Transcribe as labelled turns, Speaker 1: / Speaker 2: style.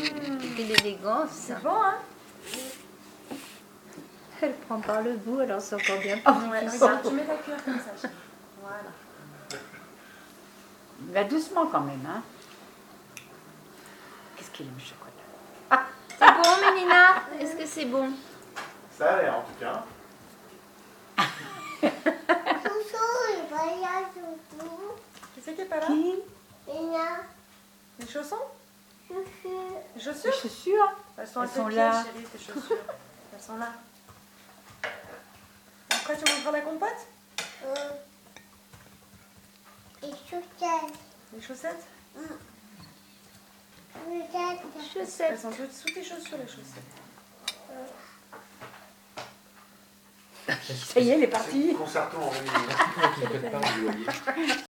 Speaker 1: qu'il est élégant, ça.
Speaker 2: C'est bon, hein
Speaker 1: Elle prend par le bout, alors c'est encore bien plus
Speaker 2: Ouais,
Speaker 1: puissant.
Speaker 2: regarde, tu mets ta cuillère comme ça. chérie. Voilà.
Speaker 3: Va doucement quand même, hein. Qu'est-ce qu'il aime le chocolat
Speaker 1: C'est bon, Mélina Est-ce que c'est bon
Speaker 4: Ça a l'air en tout cas.
Speaker 5: Chouchou, il va y aller chouchou.
Speaker 2: Qui c'est qui est pas là
Speaker 3: Qui
Speaker 5: Il y a
Speaker 2: Les chaussons
Speaker 5: chouchou.
Speaker 2: Les
Speaker 3: Les
Speaker 2: chaussures
Speaker 3: chaussures
Speaker 2: Elles sont,
Speaker 3: Elles
Speaker 2: à
Speaker 3: sont
Speaker 2: tes pieds,
Speaker 3: là.
Speaker 2: chérie, tes chaussures. Elles sont là. Après, tu voudras la compote
Speaker 5: Euh, Et chouchou.
Speaker 2: Les chaussettes
Speaker 5: Chouchou.
Speaker 2: Elles sont toutes sous tes chaussures, les chaussettes.
Speaker 3: Ça y est, elle est partie.
Speaker 4: Concertons en réunion.
Speaker 6: ne peut pas, vous voyez.